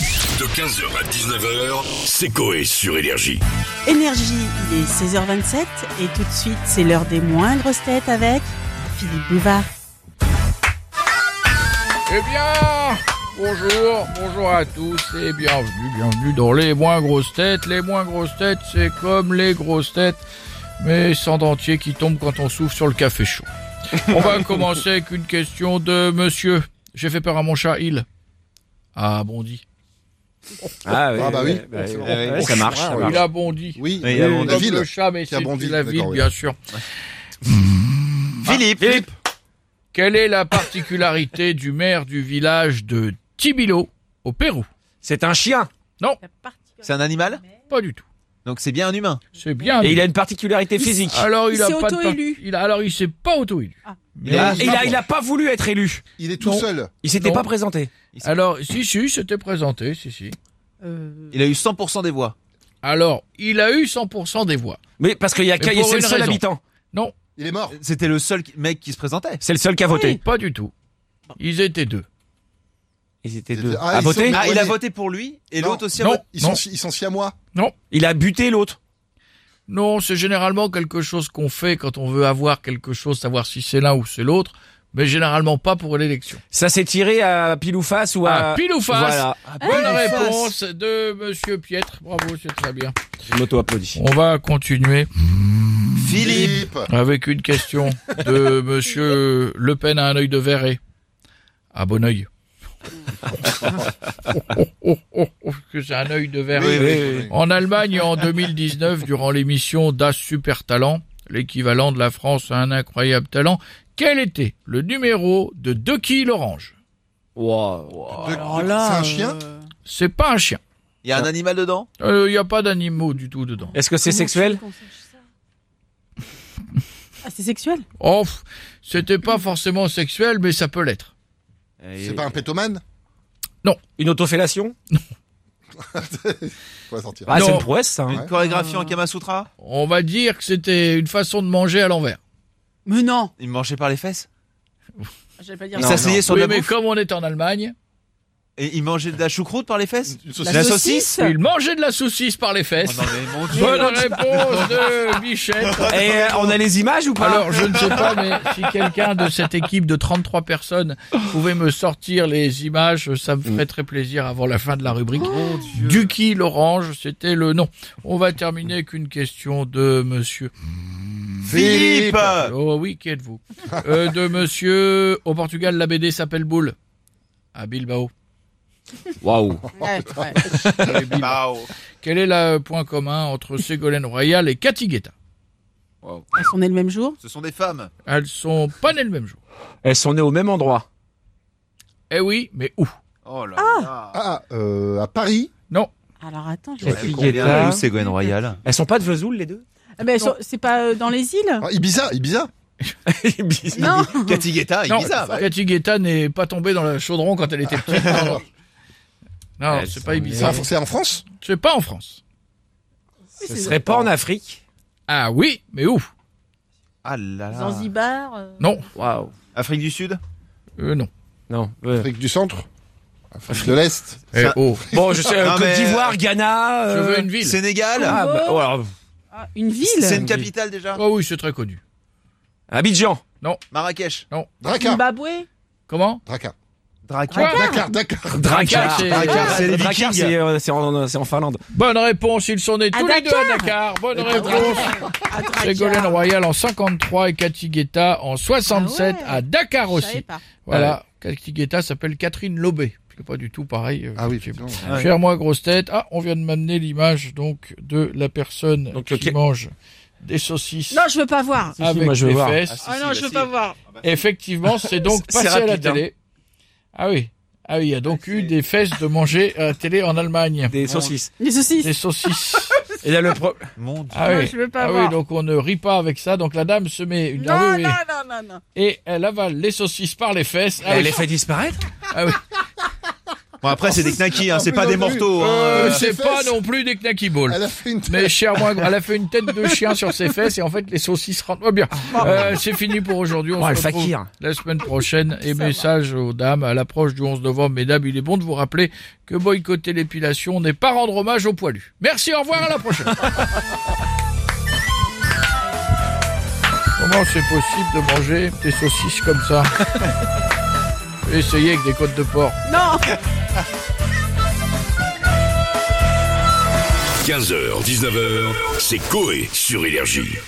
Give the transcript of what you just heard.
De 15h à 19h, c'est Coé sur Énergie. Énergie, il est 16h27 et tout de suite, c'est l'heure des moins grosses têtes avec Philippe Bouvard. Eh bien, bonjour, bonjour à tous et bienvenue, bienvenue dans les moins grosses têtes. Les moins grosses têtes, c'est comme les grosses têtes, mais sans dentier qui tombe quand on souffle sur le café chaud. On va commencer avec une question de monsieur. J'ai fait peur à mon chat, il a bondi. Ah, oui, Ah, bah oui. ouais, Bon, c'est bon. ouais, ouais, ça marche, ça Ouais, marche. Il a bondi. Oui, Oui, à mon Comme la ville. le chat, mais Qui a c'est bondi, la ville, d'accord, oui. bien sûr. Philippe, Philippe. Quelle est la particularité du maire du village de Tibilo, au Pérou c'est un chien, C'est Euh, un animal Pas du tout. Donc c'est bien un humain. C'est bien. et il a une particularité physique. Alors il, il a s'est pas de auto-élu. part- il a- alors il s'est pas auto-élu. Ah. Mais Il a, il- il a- il a pas voulu être élu. Il est tout Non. seul. Il s'était Non. pas présenté. Alors si si, c'était présenté, si si. Euh, Il a eu 100% des voix. Alors, il a eu 100% des voix. Mais parce qu'il y a Mais qu'à- pour c'est le une seul raison. habitant. Non, Il est mort. C'était le seul qui- mec qui se présentait. C'est le seul qui a voté. pas du tout. Ils étaient deux. Ils étaient Ils deux. étaient- ah, à ils voter. sont- Ah, il Ouais, a mais- voté pour lui et Non. l'autre aussi a Non, voté. Ils non, sont, ils sont siamois. Il a buté l'autre. non, c'est généralement quelque chose qu'on fait quand on veut avoir quelque chose, savoir si c'est l'un ou c'est l'autre, mais généralement pas pour l'élection. Ça s'est tiré à pile ou face ou à. Ah, pile ou face Voilà. Bonne Ah, réponse de Monsieur Pietre. Bravo, c'est très bien. Je m'auto-applaudis. On va continuer Philippe. avec une question de Monsieur Le Pen à un œil de verre à bon œil. oh, oh, oh, oh, que c'est un œil de verre. Oui, oui, oui. En Allemagne, en 2019, durant l'émission Das Super Talent, l'équivalent de la France à un incroyable talent, quel était le numéro de Ducky l'Orange De- alors de- là, c'est un chien euh, C'est pas un chien. Il y a un animal dedans Il n'y a pas d'animaux du tout dedans. Est-ce que c'est comment sexuel tu veux qu'on sache ça Ah, c'est sexuel Oh, pff, c'était pas forcément sexuel, mais ça peut l'être. Eh C'est pas un pétomane Euh, Une autofellation Faut la sortir. Ah, c'est Non. une prouesse, ça. hein. Ouais. Une chorégraphie en Kamasutra On va dire que c'était une façon de manger à l'envers. Mais non Il me mangeait par les fesses J'allais pas dire Il non. s'asseyait sur Oui, la mais bouffe comme on est en Allemagne, et il mangeait de la choucroute par les fesses Une La, saucisse. saucisse, il mangeait de la saucisse par les Oh fesses. non, mais mon Dieu. Bonne réponse de Bichette. Et euh, on a les images ou pas Alors, je ne sais pas, mais si quelqu'un de cette équipe de 33 personnes pouvait me sortir les images, ça me ferait très plaisir avant la fin de la rubrique. Duki l'orange, c'était le nom. On va terminer avec une question de monsieur. Philippe Oh oui, qui êtes-vous Euh, De monsieur, au Portugal, la BD s'appelle Boule. À Bilbao. Waouh. Ouais, ouais. Bao. Quel est le point commun entre Ségolène Royal et Cathy Guetta Elles sont nées le même jour Ce sont des femmes. Elles sont pas nées le même jour. Elles sont nées au même endroit. Eh oui, mais où Oh là là. Ah, euh, à Paris. Non, Alors attends, je... Ouais. Elle Cathy convient Guetta. de Où c'est Gwen Royal Elles sont pas de Vesoul, les deux Ah, mais elles sont- c'est pas euh, dans les îles Ah, Ibiza, Ibiza. Non Cathy Guetta, Non, Ibiza. bah. Cathy Guetta n'est pas tombée dans le chaudron quand elle était petite. Non, non. Non, Elle c'est s'en pas C'est Ibiza. en- C'est en France C'est pas en France. Oui, Ce c'est- serait pas en Afrique Ah oui, mais où Ah là là. Zanzibar euh, Non, Waouh. Afrique du Sud euh, non. Non. euh, Afrique du Centre Afrique de l'Est Eh, Ça- oh. Bon, je sais, euh, Non, Côte mais- d'Ivoire, Ghana. Je euh, veux une ville. Sénégal Ah, bah, oh, alors, ah, Une ville C'est une capitale déjà Oh oui, c'est très connu. Abidjan. Marrakech. Bah. Draca. Zimbabwe Comment Draca. Quoi Dakar, Dakar. Drakkar. c'est- Drakkar, c'est les Drakkar, Vikings. c'est, euh, c'est en, c'est en Finlande. Bonne réponse, ils sont nés À tous les deux Dakar. à Dakar. Bonne Ah, réponse. À Drakkar. Ségolène Royal en 53 et Cathy Guetta en 67 Ah ouais. à Dakar Je savais aussi. pas. Voilà, Cathy Guetta s'appelle Catherine Lobé. C'est pas du tout pareil. euh, Ah oui, je sais effectivement. pas. Cher moi, grosse tête. Ah, on vient de m'amener l'image donc de la personne Donc, qui ok. mange des saucisses Non, je veux pas voir si, avec moi, je veux des voir. fesses. Ah bah non, je veux pas voir Effectivement, c'est donc C'est passé à la rapide, hein. télé. Ah oui. Ah oui, il y a donc eu des fesses de manger à la télé en Allemagne. Des saucisses. Les saucisses Des saucisses. Et là, le pro... Mon Dieu. Ah Non, oui. je veux pas Ah oui, voir. donc on ne rit pas avec ça. Donc la dame se met une. Non, ah oui, oui. non, non, non, non Et elle avale les saucisses par les fesses. Ah Elle oui. les fait disparaître Ah oui. Bon, après, c'est des knackis, hein, En c'est plus, pas en des plus, mortaux. hein. euh, ses C'est pas fesses. non plus des knacky balls. Elle a fait une Mais cher moi, elle a fait une tête de chien sur ses fesses et en fait les saucisses rentrent pas bien. Euh, c'est fini pour aujourd'hui. On Ah, Oh, le se retrouve fakir. la semaine prochaine. Et message aux dames à l'approche du 11 novembre. Mesdames, il est bon de vous rappeler que boycotter l'épilation n'est pas rendre hommage aux poilus. Merci, au revoir, à la prochaine. Comment c'est possible de manger des saucisses comme ça Essayez avec des côtes de porc. Non 15h, 19h, c'est Coé sur Énergie.